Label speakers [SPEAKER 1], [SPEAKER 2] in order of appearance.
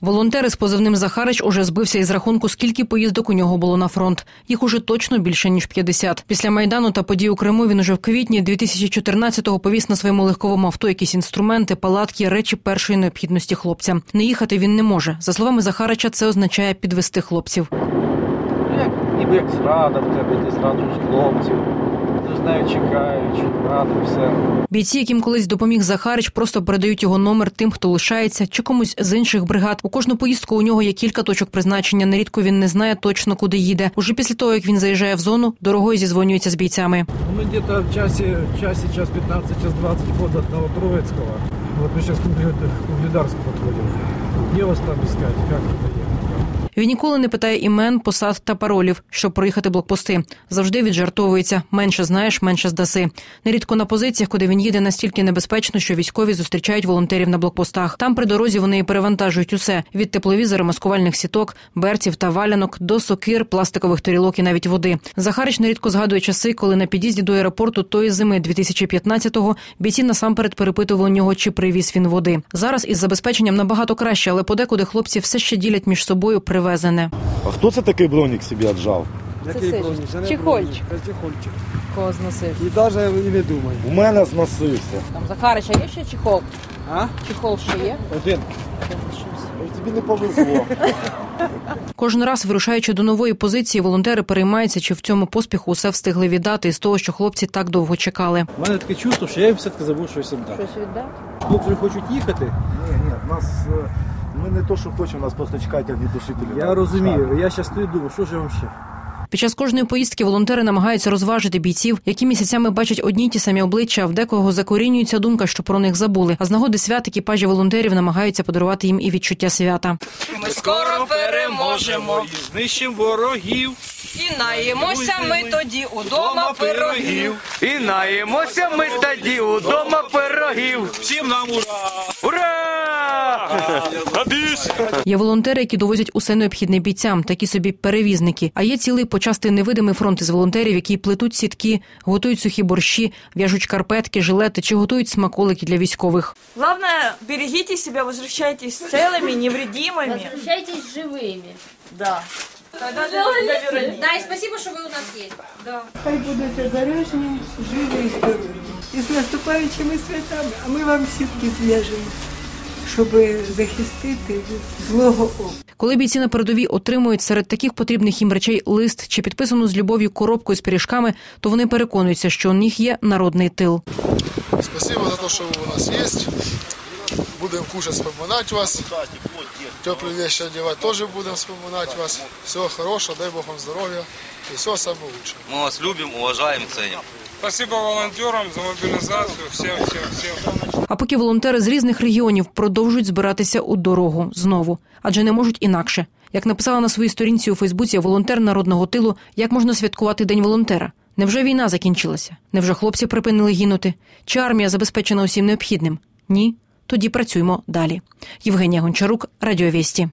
[SPEAKER 1] Волонтер із позивним Захарич уже збився із рахунку, скільки поїздок у нього було на фронт. Їх уже точно більше ніж 50. Після майдану та подій у Криму він уже в квітні 2014-го повіз на своєму легковому авто якісь інструменти, палатки, речі першої необхідності хлопця. Не їхати він не може. За словами Захарича, це означає підвести хлопців.
[SPEAKER 2] Як ніби як зрада в тебе, ти зраджуєш хлопців, ти ж знаю, чекають, рада, все.
[SPEAKER 1] Бійці, яким колись допоміг Захарич, просто передають його номер тим, хто лишається, чи комусь з інших бригад. У кожну поїздку у нього є кілька точок призначення. Нерідко він не знає точно, куди їде. Уже після того, як він заїжджає в зону, дорогою зізвонюється з бійцами.
[SPEAKER 3] Ну, Мы где-то в часе, в часе, час 15, час 20 хода от Новотроицкого. Вот мы сейчас к Углед- к Угледарску подходим. Где вас там искать? Как туда ехать?
[SPEAKER 1] Він ніколи не питає імен, посад та паролів, щоб проїхати блокпости. Завжди віджартовується. Менше знаєш, менше здаси. Нерідко на позиціях, куди він їде, настільки небезпечно, що військові зустрічають волонтерів на блокпостах. Там при дорозі вони і перевантажують усе від тепловізора, маскувальних сіток, берців та валянок до сокир, пластикових тарілок і навіть води. Захарич нерідко згадує часи, коли на під'їзді до аеропорту тої зими 2015-го бійці насамперед перепитували у нього, чи привіз він води. Зараз із забезпеченням набагато краще, але подекуди хлопці все ще ділять між собою привезене.
[SPEAKER 4] А хто це такий бронік собі віджав?
[SPEAKER 5] Це Який це ж бронік? Це не чехольчик.
[SPEAKER 3] Чехольчик.
[SPEAKER 5] Кого зносив?
[SPEAKER 3] І навіть і не думай.
[SPEAKER 4] У мене зносився.
[SPEAKER 5] Там Захарича є ще чехол?
[SPEAKER 3] А?
[SPEAKER 5] Чехол ще є?
[SPEAKER 3] Один.
[SPEAKER 4] Ну, Тобі не повезло.
[SPEAKER 1] Кожен раз, вирушаючи до нової позиції, волонтери переймаються, чи в цьому поспіху усе встигли віддати із того, що хлопці так довго чекали.
[SPEAKER 2] У мене таке чувство, що я їм все-таки забув щось віддати.
[SPEAKER 5] Щось віддав?
[SPEAKER 2] Хлопці хочуть їхати,
[SPEAKER 4] Ні, ні, нас е, ми не то, що хочемо, нас просто чекають від душителів.
[SPEAKER 2] я розумію. Я зараз стою і думаю, що ж я вам ще?
[SPEAKER 1] Під час кожної поїздки волонтери намагаються розважити бійців, які місяцями бачать одні й ті самі обличчя, а в декого закорінюється думка, що про них забули. А з нагоди свят екіпажі волонтерів намагаються подарувати їм і відчуття свята.
[SPEAKER 6] Ми скоро переможемо
[SPEAKER 2] знищимо ворогів.
[SPEAKER 6] і наїмося ми тоді удома пирогів.
[SPEAKER 7] І наїмося ми тоді удома пирогів.
[SPEAKER 2] Всім нам ура!
[SPEAKER 7] Ура!
[SPEAKER 1] Є волонтери, які довозять усе необхідне бійцям, такі собі перевізники. А є цілий почасти невидимий фронт із волонтерів, які плетуть сітки, готують сухі борщі, в'яжуть карпетки, жилети чи готують смаколики для військових.
[SPEAKER 6] Главное, берегите себя, возвращайтесь целыми, невредимыми.
[SPEAKER 8] Возвращайтесь живыми.
[SPEAKER 6] Да. Тогда
[SPEAKER 8] Да, и спасибо, что вы у нас есть. Да.
[SPEAKER 9] Хай будете заряжені, живі і здорові. І з наступаючими святами, а ми вам сітки зв'яжемо, щоб захистити від злого оку.
[SPEAKER 1] Коли бійці на передовій отримують серед таких потрібних їм речей лист чи підписану з любов'ю коробку з пиріжками, то вони переконуються, що у них є народний тил.
[SPEAKER 10] Спасибо за то, что вы у нас есть. Будем кушать, вспоминать вас. Теплые вещи одевать тоже будем вспоминать вас. Всего хорошего, дай Бог вам здоровья и всего самого лучшего.
[SPEAKER 7] Ми вас любимо, уважаємо, ценимо.
[SPEAKER 11] Спасибо волонтерам за мобилизацию. Всем, всем, всем.
[SPEAKER 1] А поки волонтери з різних регіонів продовжують збиратися у дорогу знову, адже не можуть інакше. Як написала на своїй сторінці у Фейсбуці волонтер народного тилу, як можна святкувати День волонтера? Невже війна закінчилася? Невже хлопці припинили гинути? Чи армія забезпечена усім необхідним? Ні, тоді працюємо далі. Євгенія Гончарук, Радіовісті.